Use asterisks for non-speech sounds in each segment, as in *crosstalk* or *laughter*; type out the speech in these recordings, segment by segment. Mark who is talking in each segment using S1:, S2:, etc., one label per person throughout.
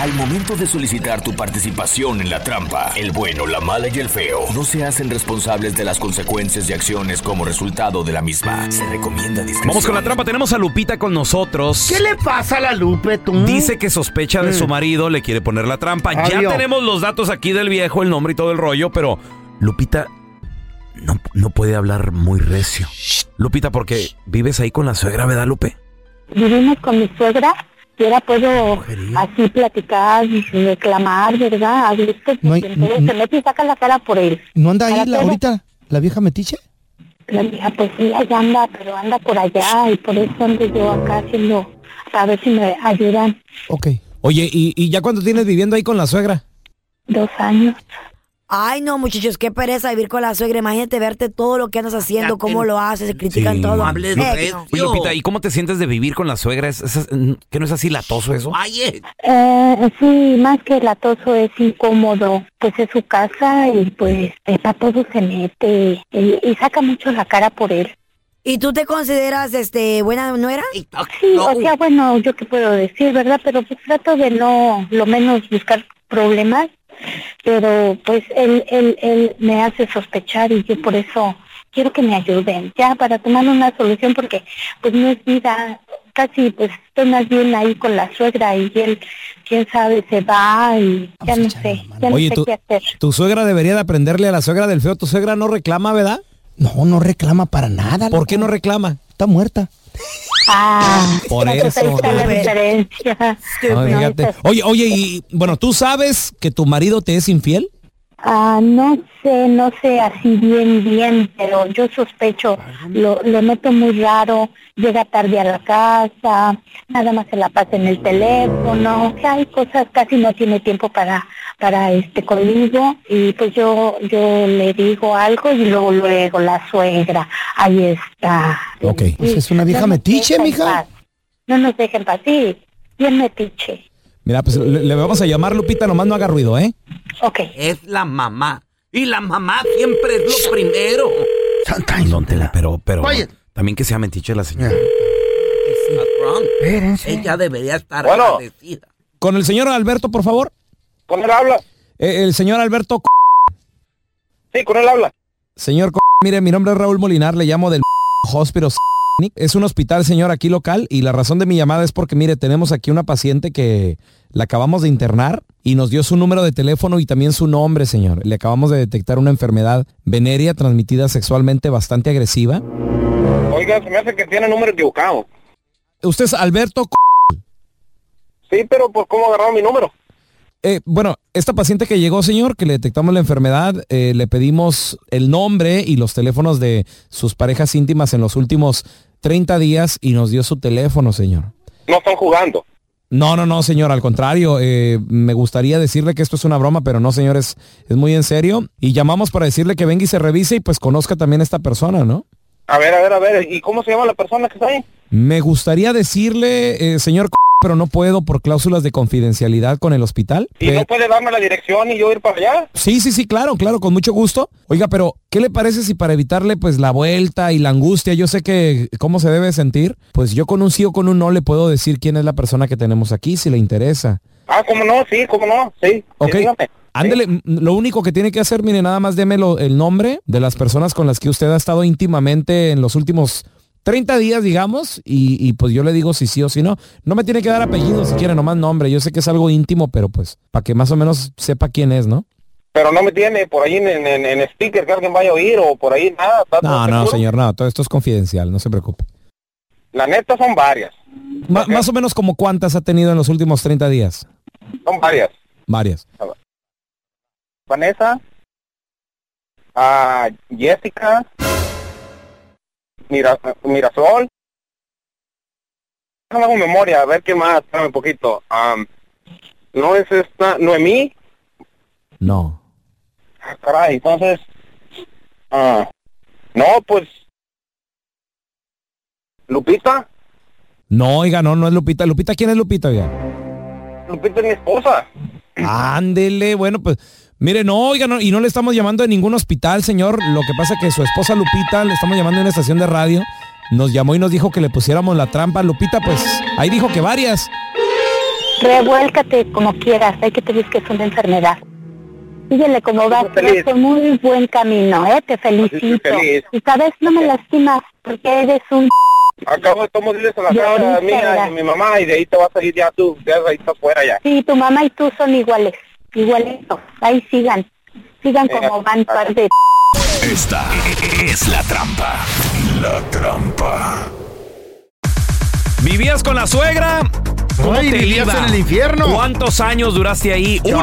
S1: Al momento de solicitar tu participación en la trampa, el bueno, la mala y el feo no se hacen responsables de las consecuencias y acciones como resultado de la misma. Se recomienda discreción.
S2: Vamos con la trampa, tenemos a Lupita con nosotros.
S3: ¿Qué le pasa a la Lupe, tú?
S2: Dice que sospecha de
S3: Mm.
S2: su marido, le quiere poner la trampa. Ya
S3: Adiós.
S2: tenemos los datos aquí del viejo, el nombre y todo el rollo, pero Lupita no, no puede hablar muy recio. Lupita, porque vives ahí con la suegra, ¿verdad, Lupe?
S4: vivimos con mi suegra y ahora puedo así platicar, reclamar, ¿verdad? A gusto,
S3: No hay-
S4: porque entonces
S3: no-
S4: se mete y saca la cara por él.
S3: ¿No anda ahí
S4: Ahora
S3: la,
S4: todo.
S3: ahorita la vieja metiche?
S4: La hija, pues sí, allá anda, pero anda por allá y por eso ando yo acá haciendo, a ver si me ayudan
S3: Ok.
S5: Oye, ¿y, y ya cuánto tienes viviendo ahí con la suegra?
S4: dos años.
S6: Ay, no, muchachos, qué pereza vivir con la suegra. Imagínate verte todo lo que andas haciendo, cómo lo haces, se critican
S2: Sí.
S6: todo.
S2: No
S5: hables
S6: Eh,
S5: de
S6: no.
S2: Oye, Lupita, ¿y cómo te sientes de vivir con la suegra? ¿Es- es- ¿Que no es así latoso eso?
S5: Oye,
S4: Eh, sí, más que latoso es incómodo, pues es su casa y pues eh, para todo se mete y, y saca mucho la cara por él.
S6: ¿Y tú te consideras este buena nuera?
S4: Sí, o sea, bueno, yo qué puedo decir, ¿verdad? Pero pues trato de no, lo menos buscar problemas, pero pues él, él, él me hace sospechar y yo por eso quiero que me ayuden, ya, para tomar una solución, porque pues no es vida, casi pues estoy más bien ahí con la suegra y él, quién sabe, se va y ya no sé, ya no
S5: Oye,
S4: sé
S5: tú-
S4: qué hacer.
S5: tu suegra debería de aprenderle a la suegra del feo. Tu suegra no reclama, ¿verdad?
S3: No, no reclama para nada.
S5: ¿Por qué no reclama?
S3: Está muerta.
S4: Ah,
S5: Por
S4: fíjate,
S5: eso.
S4: ahí está la diferencia.
S5: Ay,
S4: No,
S5: fíjate.
S4: esa-
S5: Oye, oye, y bueno, ¿tú sabes que tu marido te es infiel?
S4: Ah, no sé, no sé así bien, bien, pero yo sospecho, lo, lo noto muy raro, llega tarde a la casa, nada más se la pasa en el teléfono, o sea, hay cosas, casi no tiene tiempo para, para este conmigo, y pues yo, yo le digo algo y luego, luego, la suegra, ahí está.
S5: Ok.
S3: Pues es una
S4: Sí,
S3: vieja
S4: no nos
S3: metiche,
S4: deja en
S3: mija.
S4: paz, No nos dejen paz, sí, bien metiche,
S5: Mira, pues le, le vamos a llamar Lupita, nomás no haga ruido, ¿eh?
S4: ok.
S7: es la mamá. Y la mamá siempre es lo primero.
S3: Santa
S2: Póntela, pero, pero.
S3: Oye.
S2: También que sea mentiche la señora.
S7: Patrón,
S3: Espérense.
S7: ella debería estar
S8: Bueno.
S7: agradecida.
S5: Con el señor Alberto, por favor.
S8: ¿Con él habla?
S5: Eh, el señor Alberto, C-
S8: Sí, con él habla.
S5: señor, C- mire, mi nombre es Raúl Molinar, le llamo del Hospital. Nick. Es un hospital, señor, aquí local y la razón de mi llamada es porque, mire, tenemos aquí una paciente que la acabamos de internar y nos dio su número de teléfono y también su nombre, señor. Le acabamos de detectar una enfermedad venérea transmitida sexualmente bastante agresiva.
S8: Oiga, se me hace que tiene número equivocado.
S5: Usted es Alberto... C-
S8: Sí, pero pues ¿cómo agarraron mi número?
S5: Eh, bueno, esta paciente que llegó, señor, que le detectamos la enfermedad, eh, le pedimos el nombre y los teléfonos de sus parejas íntimas en los últimos 30 días y nos dio su teléfono, señor.
S8: No están jugando.
S5: No, no, no, señor, al contrario, eh, me gustaría decirle que esto es una broma, pero no, señor, es, es muy en serio. Y llamamos para decirle que venga y se revise y pues conozca también a esta persona, ¿no?
S8: A ver, a ver, a ver. ¿Y cómo se llama la persona que está ahí?
S5: Me gustaría decirle, eh, señor, C- pero no puedo por cláusulas de confidencialidad con el hospital.
S8: ¿Y
S5: Pe-
S8: no puede darme la dirección y yo ir para allá?
S5: Sí, sí, sí, claro, claro, con mucho gusto. Oiga, pero ¿qué le parece si para evitarle pues la vuelta y la angustia, yo sé que cómo se debe sentir, pues yo con un sí o con un no le puedo decir quién es la persona que tenemos aquí, si le interesa.
S8: Ah, ¿cómo no? Sí, ¿cómo no? Sí.
S5: Ok.
S8: Sí, dígame.
S5: Ándele, m- lo único que tiene que hacer, mire, nada más deme lo- el nombre de las personas con las que usted ha estado íntimamente en los últimos 30 días, digamos, y, y, pues yo le digo si sí o si no. No me tiene que dar apellido si quiere, nomás nombre. Yo sé que es algo íntimo, pero pues para que más o menos sepa quién es, ¿no?
S9: Pero no me tiene por ahí en, en, en speaker que alguien vaya a oír o por ahí nada. ¿está todo
S10: No, no,
S9: seguro?
S10: señor, no, todo esto es confidencial, no se preocupe.
S9: La neta son varias,
S10: Ma- Más o menos como cuántas ha tenido en los últimos 30 días.
S9: son varias.
S10: Varias.
S9: Vanessa, a Jessica, Mira, Mirasol. No hago memoria, a ver qué más, espérame un poquito. Am, no es esta, Noemí,
S10: No.
S9: Ah, caray, entonces, ah, no, pues, Lupita,
S10: No, oiga, no, no es Lupita. Lupita, ¿quién es Lupita, oiga?
S9: Lupita es mi esposa.
S10: Ándele, bueno, pues, mire, no, oiga, no, y no le estamos llamando de ningún hospital, señor. Lo que pasa es que su esposa Lupita, le estamos llamando de una estación de radio, nos llamó y nos dijo que le pusiéramos la trampa. Lupita, pues, ahí dijo que varias.
S4: Revuélcate como quieras, hay que te busques una enfermedad. Síguele como vas,
S9: feliz.
S4: vas por muy buen camino, ¿eh? Te felicito.
S9: feliz.
S4: Y sabes, no me lastimas porque eres un...
S9: Acabo de tomar diles a la
S4: Yo
S9: cara
S4: ahorita
S9: mía
S4: era.
S9: y a mi mamá y de ahí te vas a ir ya tú, ya de ahí estás fuera ya.
S4: Sí, tu mamá y tú son iguales, igualitos. Ahí sigan, sigan como van par de...
S11: Esta es la trampa. La trampa.
S2: ¿Vivías con la suegra? ¿Cómo
S3: Ay,
S2: te
S3: vivías
S2: iba?
S3: en el infierno.
S2: ¿Cuántos años duraste ahí?
S3: Chale.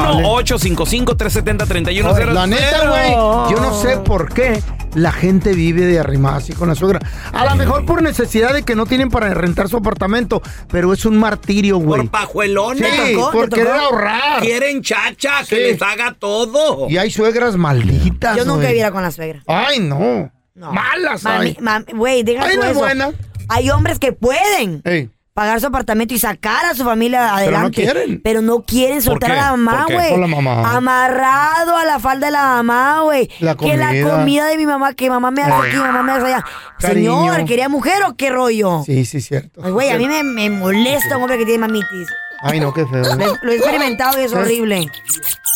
S2: 1-855-370-3100.
S3: La neta, güey, yo no sé por qué la gente vive de arrimada así con la suegra. A lo mejor por necesidad de que no tienen para rentar su apartamento, pero es un martirio, güey.
S12: Por pajuelones.
S3: Sí,
S12: ¿Te tocó?
S3: por
S12: ¿Te
S3: querer
S12: tocó?
S3: ahorrar.
S12: Quieren chacha, que les haga todo.
S3: Y hay suegras malditas,
S6: Yo nunca
S3: güey.
S6: viviera con la suegra.
S3: Ay, no.
S6: No.
S3: Malas,
S6: Mami,
S3: ay.
S6: mami, güey, deja
S3: Ay,
S6: tú
S3: no es
S6: eso.
S3: buena.
S6: Hay hombres que pueden
S3: Ey.
S6: pagar su apartamento y sacar a su familia adelante.
S3: quieren.
S6: Pero no quieren soltar
S2: qué?
S6: a la mamá,
S2: ¿Por qué?
S6: güey.
S3: Por la mamá.
S6: Amarrado a la falda de la mamá, güey.
S3: La
S6: Que la
S3: comida.
S6: comida de mi mamá, que mamá me hace aquí, mamá me hace allá.
S3: Cariño.
S6: Señor, ¿quería mujer o qué rollo?
S3: Sí, sí, cierto.
S6: Ay, güey, a mí me, me molesta un hombre que tiene mamitis.
S3: Ay, no, qué feo.
S6: Lo, lo he experimentado y es
S3: ¿Eh?
S6: horrible.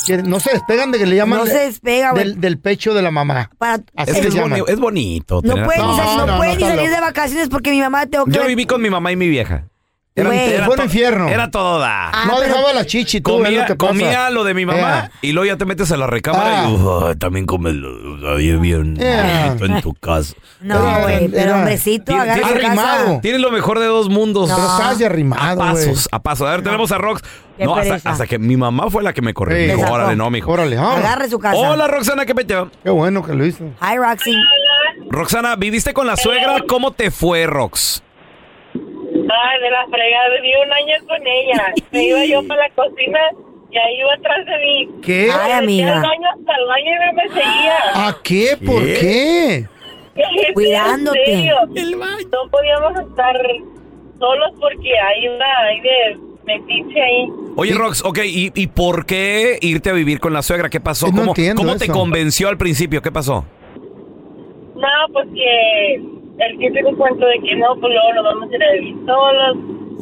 S3: Quieren- No se despegan de que le llaman
S6: No
S3: de-
S6: se despega, güey.
S3: del, del pecho de la mamá.
S6: Para-
S3: Así
S2: Es, que
S3: le
S2: es,
S3: llaman.
S2: boni- es bonito.
S6: No
S2: tener-
S6: pueden ni,
S3: No,
S6: sal- no
S3: no,
S6: pueden
S3: no,
S6: ni
S3: está
S6: salir
S3: loco.
S6: de vacaciones porque mi mamá tengo que...
S2: Yo viví con mi mamá y mi vieja. Era,
S6: Güey.
S2: era
S3: Fue un
S2: to-
S3: infierno.
S2: Era todo da.
S6: Ah,
S3: no
S6: pero-
S3: dejaba la chichi, tú, es
S2: comía,
S3: lo que pasa. Eh.
S2: comía lo de mi mamá y luego ya te metes a la recámara
S3: Ah. Eh.
S2: y "Uf, también comes lo ahí bien
S3: Yeah.
S2: bonito en tu casa.
S6: No, güey,
S3: Era-
S6: pero
S3: era-
S6: hombrecito,
S2: Tien-
S6: agarra su
S3: arrimado.
S6: casa.
S2: Tienes lo mejor de dos mundos.
S3: Pero estás de
S2: A
S3: arrimado, güey.
S2: pasos, a pasos. A ver, tenemos a Rox.
S6: Qué
S2: No, hasta,
S6: pereza.
S2: hasta que mi mamá fue la que me corrió.
S3: Sí.
S2: Dijo,
S3: Te
S6: sacó.
S2: órale, no, mijo.
S3: Órale, vamos.
S6: Agarre su casa.
S2: Hola, Roxana, ¿qué peteo?
S3: Qué bueno que lo hizo.
S6: Hi, Roxy.
S2: Roxana, ¿viviste con la suegra? ¿Cómo te fue, Rox?
S5: Ay, de la fregada, viví un año con ella. Me iba yo para la cocina y ahí iba atrás de mí.
S3: ¿Qué?
S6: Ay,
S5: Iba al
S6: amiga.
S5: baño hasta el baño y me seguía.
S3: ¿A qué? ¿Por qué?
S6: Cuidándote.
S5: En serio. No podíamos estar solos porque hay una hay de metiche ahí.
S2: Oye, Rox, ok, ¿y, y por qué irte a vivir con la suegra? ¿Qué pasó?
S3: No
S2: ¿Cómo,
S3: entiendo
S2: cómo te
S3: eso.
S2: convenció al principio? ¿Qué pasó?
S5: No, porque el que se cuento de que no, pues luego nos vamos a ir a vivir solos.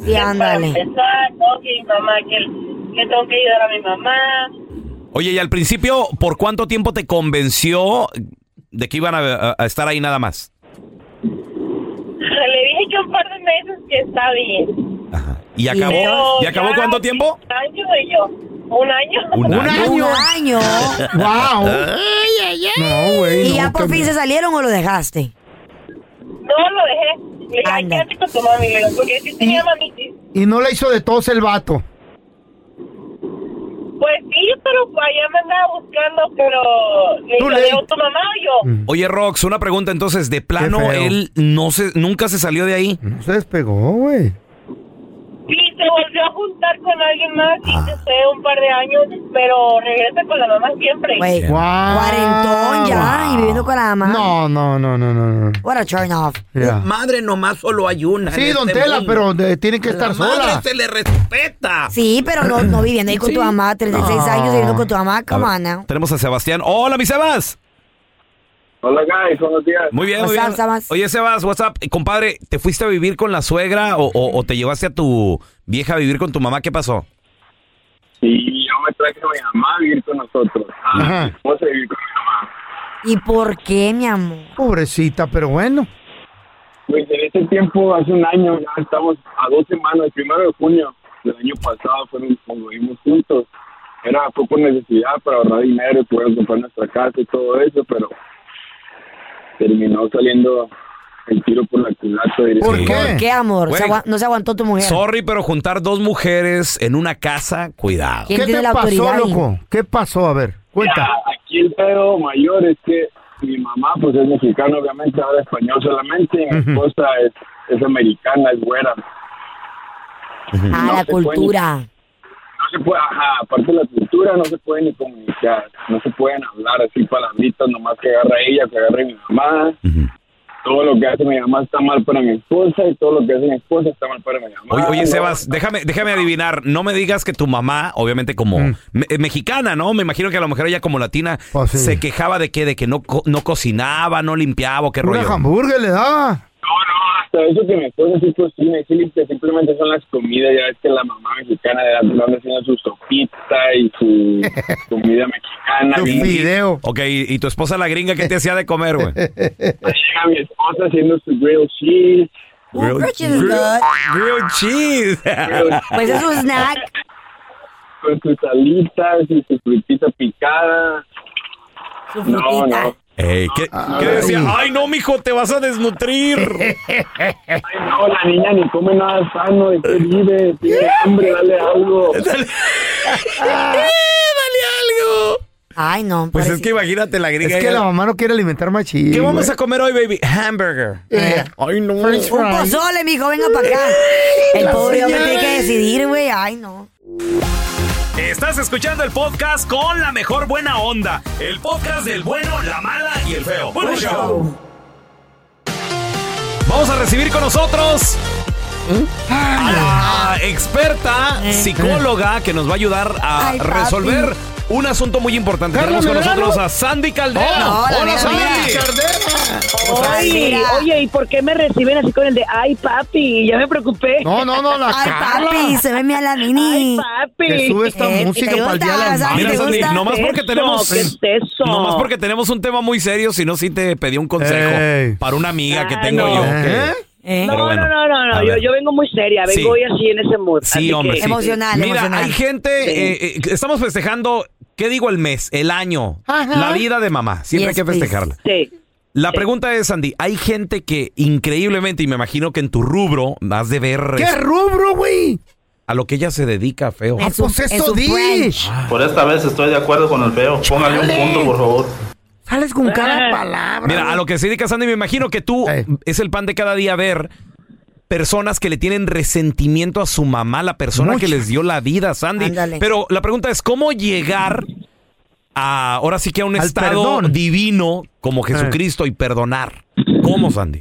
S6: Sí, ándale.
S5: Para empezar, no, que mi mamá, que, que tengo que ayudar a mi mamá. *laughs*
S2: Oye, y al principio, ¿por cuánto tiempo te convenció de que iban a, a- a estar ahí nada más?
S5: Le dije que un par de meses que está bien.
S2: Ajá. ¿Y
S5: Pero
S2: acabó? ¿Y acabó
S5: ya
S2: cuánto tiempo?
S5: Un año y yo. Un año.
S2: Un
S6: Un
S3: año.
S6: año.
S3: ¡Wow! No, güey.
S6: ¿Y
S3: no,
S6: ya por
S3: qué-
S6: fin se salieron o lo dejaste?
S5: *laughs* No lo dejé. Le dije, ay,
S6: Anda.
S5: quédate con tu mami, le digo, porque si tenía mamitis.
S3: Y no la hizo de tos el vato.
S5: Pues sí, pero allá me andaba buscando, pero le
S3: Tú
S5: digo,
S3: le-
S5: ¿le digo tu mamá o yo?
S2: Oye, Rox, una pregunta entonces, de plano
S3: feo.
S2: él no se nunca se salió de ahí.
S3: No se despegó, güey.
S5: Sí, se volvió a juntar con alguien más y
S2: Ah.
S5: se fue un par de años, pero regresa con la mamá siempre.
S6: Güey,
S2: Yeah.
S3: Wow.
S6: cuarentón ya y viviendo con la mamá.
S3: No, no, no, no, no. no.
S6: What a turn off.
S3: Ya.
S12: Madre nomás solo hay una.
S3: Sí,
S12: en
S3: don
S12: este
S3: Tela,
S12: mundo.
S3: pero eh, tiene que estar
S12: La madre
S3: sola.
S12: se le respeta.
S6: Sí, pero no, no viviendo ahí con tu mamá, 36 años viviendo con tu mamá, come on now.
S2: Tenemos a Sebastián. Hola, mi Sebas.
S9: Hola, guys, buenos días.
S2: Muy bien, muy
S6: What's up,
S2: bien.
S6: Sebas?
S2: Oye, Sebas, WhatsApp, compadre, ¿te fuiste a vivir con la suegra o, o- o te llevaste a tu vieja a vivir con tu mamá? ¿Qué pasó?
S9: Y yo me traje a mi mamá a vivir con nosotros.
S3: Ajá.
S9: Ah, vamos a vivir con mi mamá.
S6: ¿Y por qué, mi amor?
S3: Pobrecita, pero bueno.
S9: Pues en ese tiempo, hace un año, ya estamos a dos semanas, el primero de junio del año pasado, fueron cuando vivimos juntos.
S8: era fue por necesidad para ahorrar dinero y poder comprar nuestra casa y todo eso, pero terminó saliendo el tiro por la culata.
S2: ¿Por qué?
S6: ¿Por qué, amor? Se
S2: Güey.
S6: agua- no se aguantó tu mujer.
S2: Sorry, pero juntar dos mujeres en una casa, cuidado.
S6: ¿Quién ¿Qué tiene te la pasó, autoridad ahí? loco?
S3: ¿Qué pasó? A ver, cuenta.
S8: Ya, Ah, aquí el pedo mayor es que mi mamá, pues es mexicana, obviamente, habla español solamente, y mi
S3: Ujú.
S8: esposa es, es americana, es güera.
S6: Ah,
S8: No
S6: la
S8: se puede
S6: cultura.
S8: No se puede, ajá, aparte de la cultura, no se pueden ni comunicar, no se pueden hablar así palabritas, nomás que agarra ella, que agarre mi mamá. Todo lo que hace mi mamá está mal para mi esposa y todo lo que hace mi esposa está mal para mi mamá.
S2: Oye, oye,
S8: No,
S2: Sebas, déjame, déjame adivinar. No me digas que tu mamá, obviamente como me- eh, mexicana, ¿no? Me imagino que a lo mejor ella como latina
S3: Mm. Pues sí.
S2: se quejaba de que, de que no, co- no cocinaba, no limpiaba, o qué
S3: Una
S2: rollo.
S3: hamburger le daba.
S8: hasta eso que mi esposa sí cocina y sí limpia, simplemente son las comidas, ya ves que la mamá mexicana de la anda haciendo su sopita y su
S3: *laughs*
S8: comida mexicana. bien
S2: Ok, y, y tu esposa la gringa, ¿qué te hacía de comer, güey?
S3: *laughs*
S8: Llega mi esposa haciendo su grilled cheese.
S2: Grilled
S6: Which is good.
S2: grilled cheese. *laughs*
S6: Pues es un snack.
S8: Con sus alitas y su frutita picada.
S6: Su
S8: No, no.
S2: Ey, ¿qué, qué decía? Ay, no, mijo, te vas a
S3: *laughs*
S2: desnutrir.
S8: Ay, no, la niña ni come nada sano. ¿De qué vive? Tiene hambre, dale algo.
S2: ¡Eh, algo!
S6: Ay, no.
S2: Pues es que imagínate la gringa.
S3: Es que
S2: ella-
S3: la mamá no quiere alimentar más chido.
S2: ¿Qué vamos a comer hoy, baby? Hamburger. Ay, no.
S3: French
S6: Un
S3: fries.
S6: pozole, mijo, venga para acá. El pobre hombre tiene que decidir, güey. Ay, no.
S2: Estás escuchando el podcast con la mejor buena onda. El podcast del bueno, la mala y el feo. Bueno, show. Vamos a recibir con nosotros a la experta psicóloga que nos va a ayudar a
S7: Ay, papi.
S2: resolver un asunto muy importante.
S7: Carla
S2: Tenemos con
S7: Medrano.
S2: nosotros a Sandy Caldera.
S7: Hola, hola,
S2: Sandy.
S7: mira.
S5: Ay, oye, ¿y por qué me reciben así con el de ay, papi? Ya me preocupé.
S3: No, no, no, la
S6: Ay, papi, se ve mi a la mini.
S5: Ay, papi.
S3: Te sube esta
S6: Eh,
S3: música
S6: ¿te gusta,
S3: para el día de las
S6: Sandy?
S3: madres.
S2: Mira,
S6: ¿te
S2: Sandy,
S6: gusta?
S2: nomás porque
S6: Eso,
S2: tenemos.
S6: ¿qué es eso?
S2: Nomás porque tenemos un tema muy serio, si no, sí te pedí un consejo
S3: Ey.
S2: para una amiga que
S5: Ah,
S2: tengo
S5: no.
S2: yo.
S3: ¿Eh?
S2: que-
S5: No,
S2: Pero bueno.
S5: no, no, no, no,
S2: A
S5: Yo,
S2: ver.
S5: yo vengo muy seria,
S2: Sí.
S5: vengo hoy así en ese mood. así
S2: Sí,
S5: que-
S2: hombre. sí.
S6: Emocional,
S2: Mira,
S6: emocional.
S2: hay gente,
S5: Sí.
S2: eh, eh, estamos festejando, ¿qué digo? El mes, el año,
S5: Ajá.
S2: la vida de mamá. Siempre
S5: Yes,
S2: hay que festejarla.
S5: Sí.
S2: La pregunta es, Andy, hay gente que increíblemente, y me imagino que en tu rubro, has de ver
S3: ¡Qué
S2: es-
S3: rubro, güey!
S2: a lo que ella se dedica, feo.
S3: Ah, pues eso di.
S13: Por esta vez estoy de acuerdo con el feo. Póngale un punto, por favor.
S3: Sales con cada palabra.
S2: Mira, a lo que se dedica Sandy, me imagino que tú es el pan de cada día ver personas que le tienen resentimiento a su mamá, la persona que les dio la vida, Sandy.
S7: Ándale.
S2: Pero la pregunta es, ¿cómo llegar a, ahora sí que a un
S7: Al
S2: estado
S7: perdón.
S2: divino como Jesucristo y perdonar? ¿Cómo, Sandy?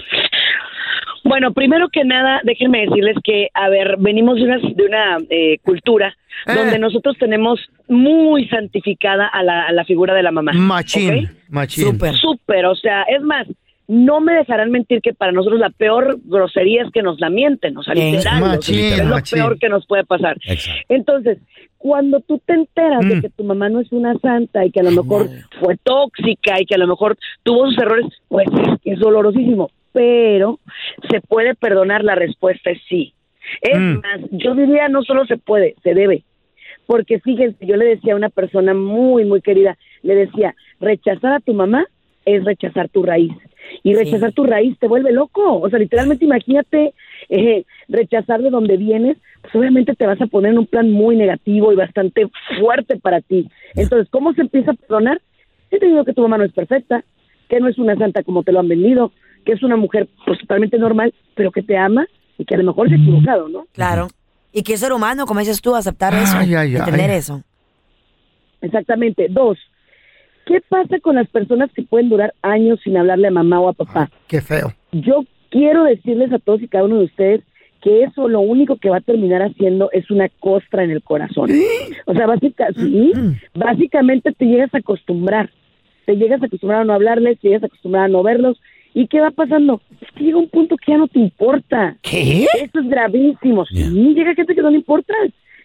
S5: Bueno, primero que nada, déjenme decirles que, a ver, venimos de una, de una eh, cultura donde nosotros tenemos muy santificada a la, a la figura de la mamá.
S3: Machín,
S5: ¿ok?
S3: machín.
S5: Súper, o sea, es más, no me dejarán mentir que para nosotros la peor grosería es que nos la mienten, o sea,
S3: Sí.
S5: literal, o sea,
S3: Machín,
S5: es lo
S3: machín.
S5: peor que nos puede pasar.
S2: Exacto.
S5: Entonces, cuando tú te enteras de que tu mamá no es una santa y que a lo mejor fue tóxica y que a lo mejor tuvo sus errores, pues es, que es dolorosísimo, pero se puede perdonar, la respuesta es sí. Es
S14: Mm.
S5: más, yo diría no solo se puede, se debe. Porque fíjense, yo le decía a una persona muy, muy querida, le decía, rechazar a tu mamá es rechazar tu raíz. Y rechazar tu raíz te vuelve loco. O sea, literalmente imagínate eh, rechazar de donde vienes, pues obviamente te vas a poner en un plan muy negativo y bastante fuerte para ti. Entonces, ¿cómo se empieza a perdonar? He tenido que tu mamá no es perfecta, que no es una santa como te lo han vendido, que es una mujer pues, totalmente normal, pero que te ama y que a lo mejor se ha equivocado, ¿no?
S6: Claro. Y que ser humano, como dices tú, aceptar eso.
S5: Ay, ay, ay.
S6: entender eso.
S5: Exactamente. Dos, ¿qué pasa con las personas que pueden durar años sin hablarle a mamá o a papá?
S3: Qué feo.
S5: Yo quiero decirles a todos y cada uno de ustedes que eso lo único que va a terminar haciendo es una costra en el corazón. O sea, básica- sí, básicamente te llegas a acostumbrar. Te llegas a acostumbrar a no hablarles, te llegas a acostumbrar a no verlos. ¿Y qué va pasando? Es que llega un punto que ya no te importa.
S3: ¿Qué?
S5: Eso es gravísimo. Sí, llega gente que no le importa.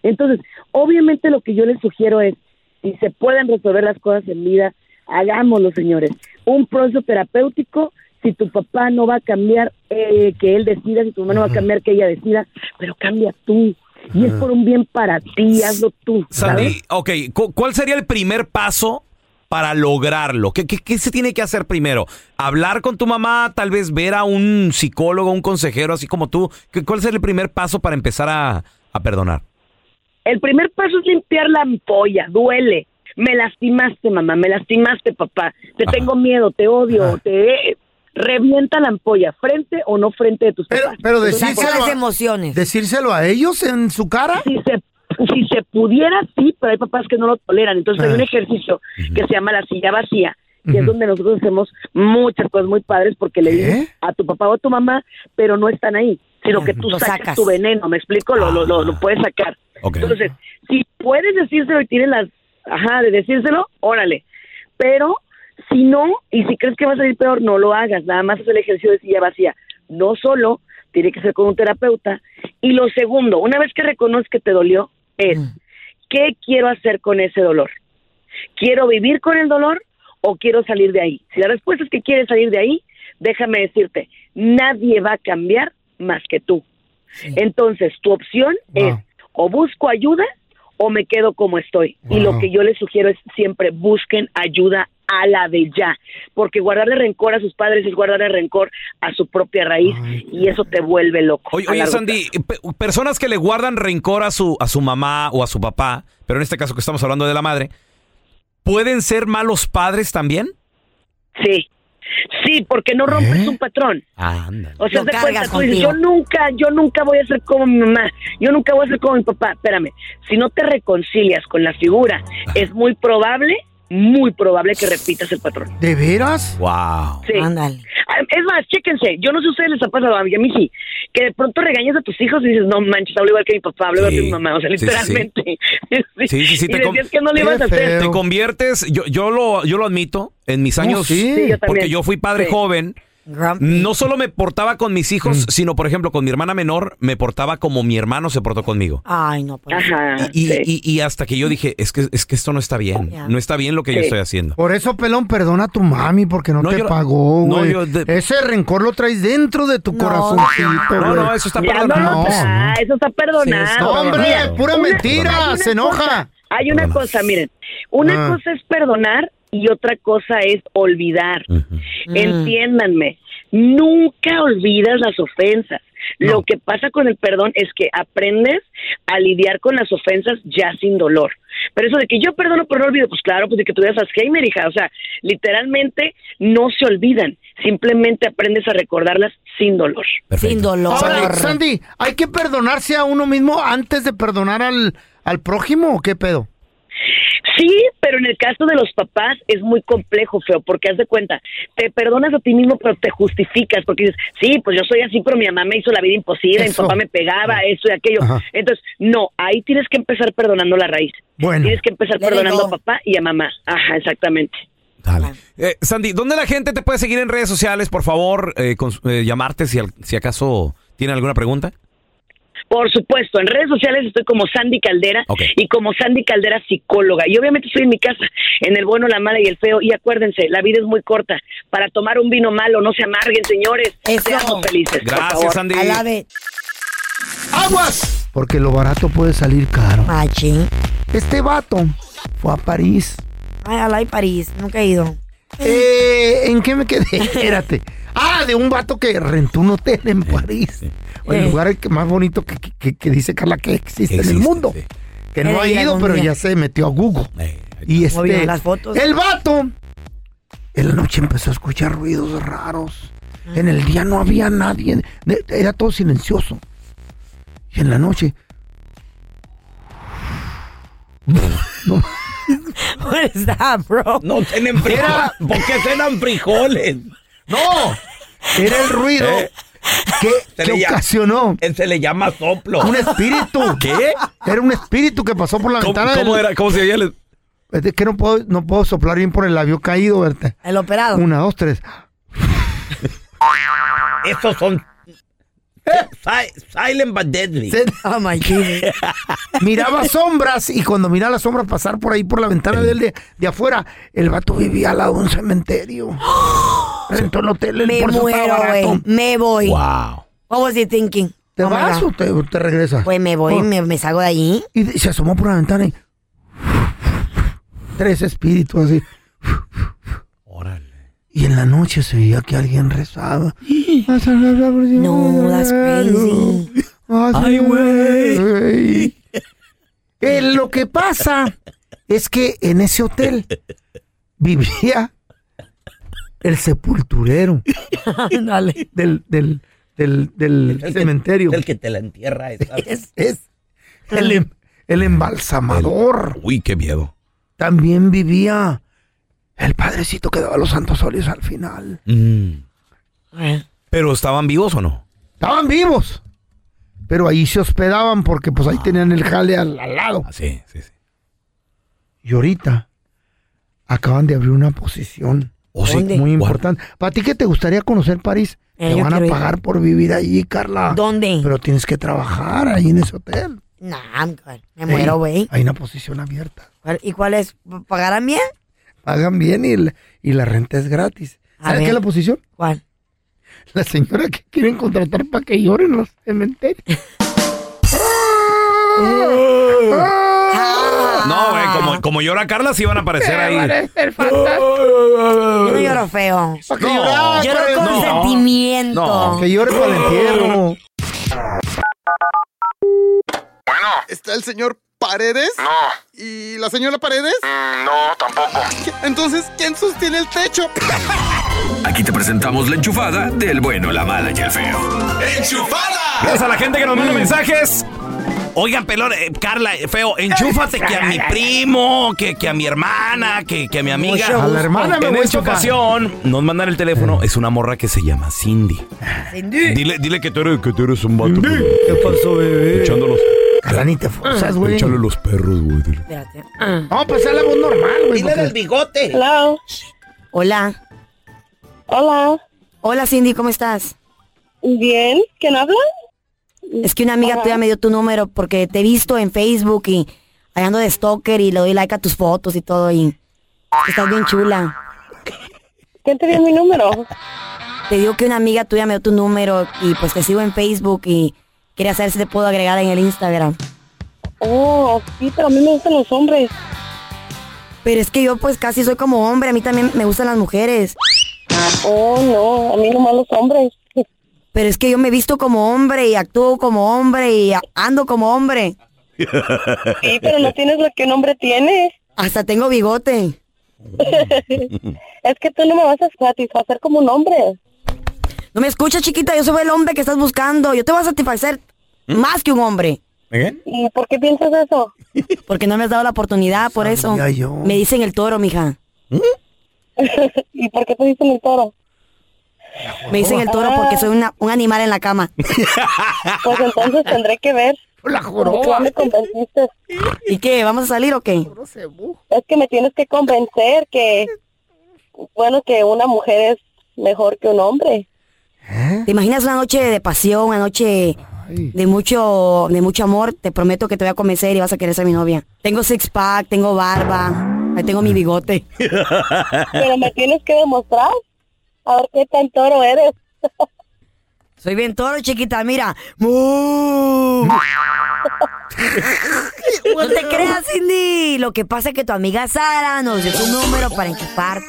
S5: Entonces, obviamente lo que yo les sugiero es, si se pueden resolver las cosas en vida, hagámoslo, señores. Un proceso terapéutico, si tu papá no va a cambiar, eh, que él decida, si tu mamá no va a cambiar, que ella decida, pero cambia tú. y es por un bien para ti, hazlo tú.
S2: Sandy,
S5: ¿sabes?
S2: ok, cu- ¿cuál sería el primer paso para lograrlo? ¿Qué, qué, qué se tiene que hacer primero? ¿Hablar con tu mamá? ¿Tal vez ver a un psicólogo, un consejero así como tú? ¿Qué- ¿Cuál sería el primer paso para empezar a, a perdonar?
S5: El primer paso es limpiar la ampolla, duele. Me lastimaste, mamá, me lastimaste, papá. Te tengo miedo, te odio, te eh, revienta la ampolla, frente o no frente de tus papás.
S3: Pero
S5: Entonces,
S3: decírselo
S5: por-
S3: a, decírselo a ellos en su cara.
S5: Si se, si se pudiera, sí, pero hay papás que no lo toleran. Entonces hay
S3: Ah.
S5: un ejercicio que se llama la silla vacía, que es
S3: Ujú.
S5: donde nosotros hacemos muchas cosas muy padres porque le dices a tu papá o a tu mamá, pero no están ahí, sino que tú
S6: Lo
S5: sacas,
S6: sacas.
S5: tu veneno, ¿me explico? Lo, lo, lo, lo puedes sacar. Entonces, si puedes decírselo y tienes las, ajá, de decírselo, órale. Pero si no, y si crees que va a salir peor, no lo hagas. Nada más es el ejercicio de silla vacía. No solo, tiene que ser con un terapeuta. Y lo segundo, una vez que reconoces que te dolió, es, ¿qué quiero hacer con ese dolor? ¿Quiero vivir con el dolor o quiero salir de ahí? Si la respuesta es que quieres salir de ahí, déjame decirte, nadie va a cambiar más que tú. Entonces, tu opción es o busco ayuda o me quedo como estoy. Y lo
S14: Wow.
S5: que yo les sugiero es siempre busquen ayuda a la de ya, porque guardarle rencor a sus padres es guardarle rencor a su propia raíz y eso te vuelve loco.
S2: Oye,
S5: a
S2: oye,
S5: largo
S2: Sandy, pe- personas que le guardan rencor a su, a su mamá o a su papá, pero en este caso que estamos hablando de la madre, ¿pueden ser malos padres también?
S5: Sí, sí, porque no rompes un patrón.
S2: Ándale.
S5: O sea,
S2: Lo
S5: te cuenta,
S2: cargas
S5: tú dices, yo
S2: contigo.
S5: nunca, yo nunca voy a ser como mi mamá, yo nunca voy a ser como mi papá. Espérame, si no te reconcilias con la figura, es muy probable, muy probable que repitas el patrón.
S3: ¿De veras?
S2: Wow.
S5: Sí. Ah, Es más, chéquense, yo no sé si a ustedes les ha pasado a mí, a mí sí, que de pronto regañas a tus hijos y dices, no manches, hablo igual que mi papá, hablo igual que mi mamá, o sea,
S2: Sí, sí, sí.
S5: literalmente.
S2: Sí, sí, sí.
S5: *laughs* y
S2: con-
S5: decías que no le ibas a hacer.
S2: Te conviertes, yo, yo, lo, yo lo admito, en mis
S5: No,
S2: años,
S5: Uh, sí. Sí, yo también.
S2: porque yo fui padre
S5: Sí.
S2: joven, no solo me portaba con mis
S3: Mm.
S2: hijos, sino, por ejemplo, con mi hermana menor, me portaba como mi hermano se portó conmigo.
S6: Ay, no, pues.
S7: Ah,
S2: Y, y- y hasta que yo dije, es que, es que esto no está bien,
S6: Ya.
S2: no está bien lo que yo
S3: Sí.
S2: estoy haciendo.
S3: Por eso, pelón, perdona a tu mami porque no, te
S2: yo-
S3: pagó,
S2: no,
S3: güey.
S2: yo de-
S3: Ese rencor lo traes dentro de tu corazoncito,
S2: No,
S3: güey.
S2: no, eso está
S5: Ya no lo
S3: No,
S5: traes, eso está perdonado.
S3: Sí, está Hombre, perdonado. pura
S5: Una-
S3: mentira,
S5: hay una
S3: se enoja.
S5: cosa, hay una cosa, miren, una
S3: Ah.
S5: cosa es perdonar y otra cosa es olvidar. Entiéndanme, nunca olvidas las ofensas. Lo que pasa con el perdón es que aprendes a lidiar con las ofensas ya sin dolor. Pero eso de que yo perdono pero no olvido, pues claro, pues de que tú ya sabes Heimer, hija. O sea, literalmente no se olvidan, simplemente aprendes a recordarlas sin dolor.
S6: Sin dolor.
S3: Ahora, Sandy, ¿hay que perdonarse a uno mismo antes de perdonar al, al prójimo o qué pedo?
S5: Sí, pero en el caso de los papás es muy complejo, feo, porque haz de cuenta, te perdonas a ti mismo, pero te justificas, porque dices, sí, pues yo soy así, pero mi mamá me hizo la vida imposible, mi
S3: Eso.
S5: papá me pegaba, eso y aquello.
S3: Ajá.
S5: Entonces, no, ahí tienes que empezar perdonando la raíz.
S3: Bueno.
S5: Tienes que empezar
S3: Let it
S5: perdonando
S3: go.
S5: a papá y a mamá. Ajá, exactamente.
S2: Eh, Sandy, ¿dónde la gente te puede seguir en redes sociales? Por favor, eh, cons- eh, llamarte si, al- si acaso tiene alguna pregunta.
S5: Por supuesto, en redes sociales estoy como Sandy Caldera y como Sandy Caldera psicóloga. Y obviamente estoy en mi casa, en el bueno, la mala y el feo. Y acuérdense, la vida es muy corta. Para tomar un vino malo, no se amarguen, señores. Seamos felices. por
S2: Gracias,
S5: favor.
S2: Sandy.
S3: ¡Aguas! Porque lo barato puede salir caro. Este vato fue a París.
S6: Ay, a la París, nunca he ido. *laughs*
S3: Eh, ¿En qué me quedé? Espérate. Ah, de un vato que rentó un hotel en París. O el
S6: Eh.
S3: lugar que- más bonito que, que- que dice Carla que existe, en el mundo. Que no
S6: Eh,
S3: ha
S6: ir
S3: ido,
S6: algún
S3: pero
S6: día.
S3: ya se metió a Google.
S2: Eh.
S3: Y
S6: Muy bien,
S3: este,
S6: las fotos.
S3: el vato en la noche empezó a escuchar ruidos raros.
S6: Ah.
S3: En el día no había nadie. de- Era todo silencioso. Y en la noche. No.
S6: What is that, bro?
S7: No tienen frijoles.
S3: Era-
S7: ¿Por qué cenan frijoles?
S3: ¡No! Era el ruido
S6: Eh.
S3: que, que ocasionó.
S7: se le llama soplo.
S6: *laughs*
S3: Un espíritu.
S7: ¿Qué?
S3: Era un espíritu que pasó por la
S7: ¿Cómo-
S3: ventana.
S7: cómo era? ¿Cómo se veía el-
S3: Es de que no puedo, no puedo soplar bien por el labio caído, verte.
S6: El operado.
S3: Una, dos, tres.
S7: Estos son. Si- Silent but deadly.
S6: Oh my God. *laughs*
S3: Miraba sombras y cuando miraba las sombras pasar por ahí por la ventana de él de, de afuera, el vato vivía al lado de
S6: *gasps*
S3: un cementerio. Rentó el hotel, el
S6: Me
S3: *laughs* por eso estaba
S6: muero,
S3: barato.
S6: güey. Me voy.
S2: Wow.
S6: What was he thinking? Oh,
S3: ¿Te vas o Oh. te, o te regresas?
S6: Pues me voy, me, me salgo de allí.
S3: Y se asomó por la ventana y... Tres espíritus así. Y en la noche se veía que alguien *gasps* rezaba. "Ah, No,
S6: that's crazy.
S3: Ay, Ah, güey. Eh, lo que pasa es que en ese hotel vivía el sepulturero
S14: Ándale.
S3: del, del, del, del cementerio.
S14: El que te la entierra esa vez.
S3: es el, em- el embalsamador.
S2: Uy, qué miedo.
S3: También vivía el padrecito que daba los santos óleos al final.
S14: Mm.
S3: Ah.
S2: ¿Pero estaban vivos o no?
S3: Estaban vivos. Pero ahí se hospedaban porque pues ahí tenían el jale al, al lado.
S2: Ah, Sí, sí, sí.
S3: Y ahorita acaban de abrir una posición
S2: Oh, sí. ¿Dónde?
S3: muy
S2: ¿Cuál?
S3: importante. ¿Para ti que te gustaría conocer París?
S6: Eh,
S3: te
S6: yo
S3: van a
S6: quiero ir.
S3: pagar por vivir allí, Carla.
S6: ¿Dónde?
S3: Pero tienes que trabajar ahí en ese hotel.
S6: Nah, I'm good. Me muero, güey.
S3: Hay una posición abierta.
S6: ¿Cuál- ¿Y cuál es? ¿Pagarán bien?
S3: Pagan bien y, la- y la renta es gratis.
S6: A
S3: ¿Sabes qué es
S6: ver.
S3: la posición?
S6: ¿Cuál?
S3: La señora que quieren contratar para que lloren los cementerios.
S2: No, güey, como, como llora Carla, sí van a aparecer Pues ahí.
S6: Yo no lloro feo.
S2: No. llorar,
S6: lloro
S2: pero-
S6: con
S2: pues. no.
S6: sentimiento.
S2: No.
S3: Que llore para el entierro.
S15: Bueno. ¿Está el señor Paredes? No. ¿Y la señora Paredes? no, tampoco. Entonces, ¿quién sostiene el techo?
S1: Aquí te presentamos la enchufada del bueno, la mala y el feo.
S2: Gracias a la gente que nos manda mensajes. Oigan, pelón, eh, Carla, eh, feo, enchúfate que *laughs* a mi primo, que, que a mi hermana, que, que a mi amiga.
S3: Mucho A la hermana me
S2: En
S3: voy a
S2: esta
S3: chupar.
S2: ocasión, nos mandan el teléfono. Es una morra que se llama Cindy. Dile, dile que tú eres, que tú eres un vato. ¿Qué pasó, bebé? Echándolos.
S3: Carla, ni te forzas, güey.
S2: Échale los perros, güey. dile.
S3: Vamos a pasar la voz normal, güey. porque-
S14: bigote.
S6: Hola.
S16: Hola.
S6: Hola, Cindy, ¿cómo estás?
S16: Bien, ¿quién habla?
S6: Es que una amiga
S16: Hola.
S6: tuya me dio tu número porque te he visto en Facebook y ahí ando de stalker y le doy like a tus fotos y todo y estás bien chula.
S16: ¿Quién te dio mi número?
S6: Te digo que una amiga tuya me dio tu número y pues te sigo en Facebook y quería saber si te puedo agregar en el Instagram.
S16: Oh, sí, pero a mí me gustan los hombres.
S6: Pero es que yo pues casi soy como hombre, a mí también me gustan las mujeres.
S16: Oh, no, a mí nomás los hombres.
S6: Pero es que yo me visto como hombre y actúo como hombre y a- ando como hombre.
S16: Sí, pero no tienes lo que un hombre tiene.
S6: Hasta tengo bigote.
S16: es que tú no me vas a satisfacer como un hombre.
S6: No me escuchas, chiquita, yo soy el hombre que estás buscando. Yo te voy a satisfacer más que un hombre.
S16: ¿Y por qué piensas eso?
S6: Porque no me has dado la oportunidad, por eso. Me dicen el toro, mija.
S16: ¿Y por qué te dicen el toro?
S6: Me dicen el toro
S16: Ah.
S6: porque soy una- un animal en la cama.
S16: Pues entonces tendré que ver.
S3: La
S16: joroba. Ya me convenciste.
S6: ¿Y qué? ¿Vamos a salir o qué?
S16: Es que me tienes que convencer que, bueno, que una mujer es mejor que un hombre.
S6: ¿Te imaginas una noche de pasión, una noche de mucho, de mucho amor? Te prometo que te voy a convencer y vas a querer ser mi novia. Tengo six pack, tengo barba, ahí tengo mi bigote.
S16: Pero me tienes que demostrar. A ver qué tan toro eres.
S6: Soy bien toro, chiquita, mira.
S3: *laughs*
S6: ¡Mu! No te creas, Cindy. Lo que pasa es que tu amiga Sara nos dio tu número para enchufarte.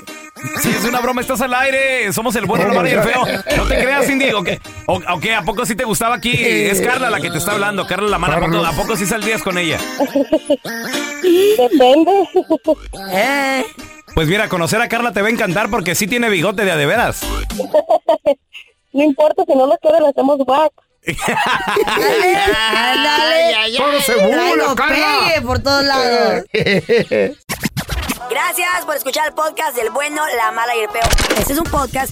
S2: Sí, es una broma, estás al aire. Somos el bueno, la mala y el feo. No te creas, Cindy. ¿O qué? ¿O- o qué? ¿A poco sí te gustaba aquí? Es Carla la que te está hablando. Carla la mala. ¿A poco, a poco sí saldrías con ella?
S16: Depende. *laughs*
S6: Eh.
S2: Pues mira, conocer a Carla te va a encantar porque sí tiene bigote de a de veras.
S16: No importa, si no lo quieres, le hacemos back.
S6: ¡Ándale!
S3: Todo se burla, Carla.
S6: por todos
S3: *laughs*
S6: lados. Gracias por escuchar el podcast del bueno, la mala y el peor. Este es un podcast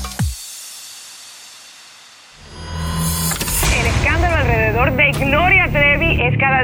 S17: El escándalo alrededor de Gloria Trevi es
S5: cada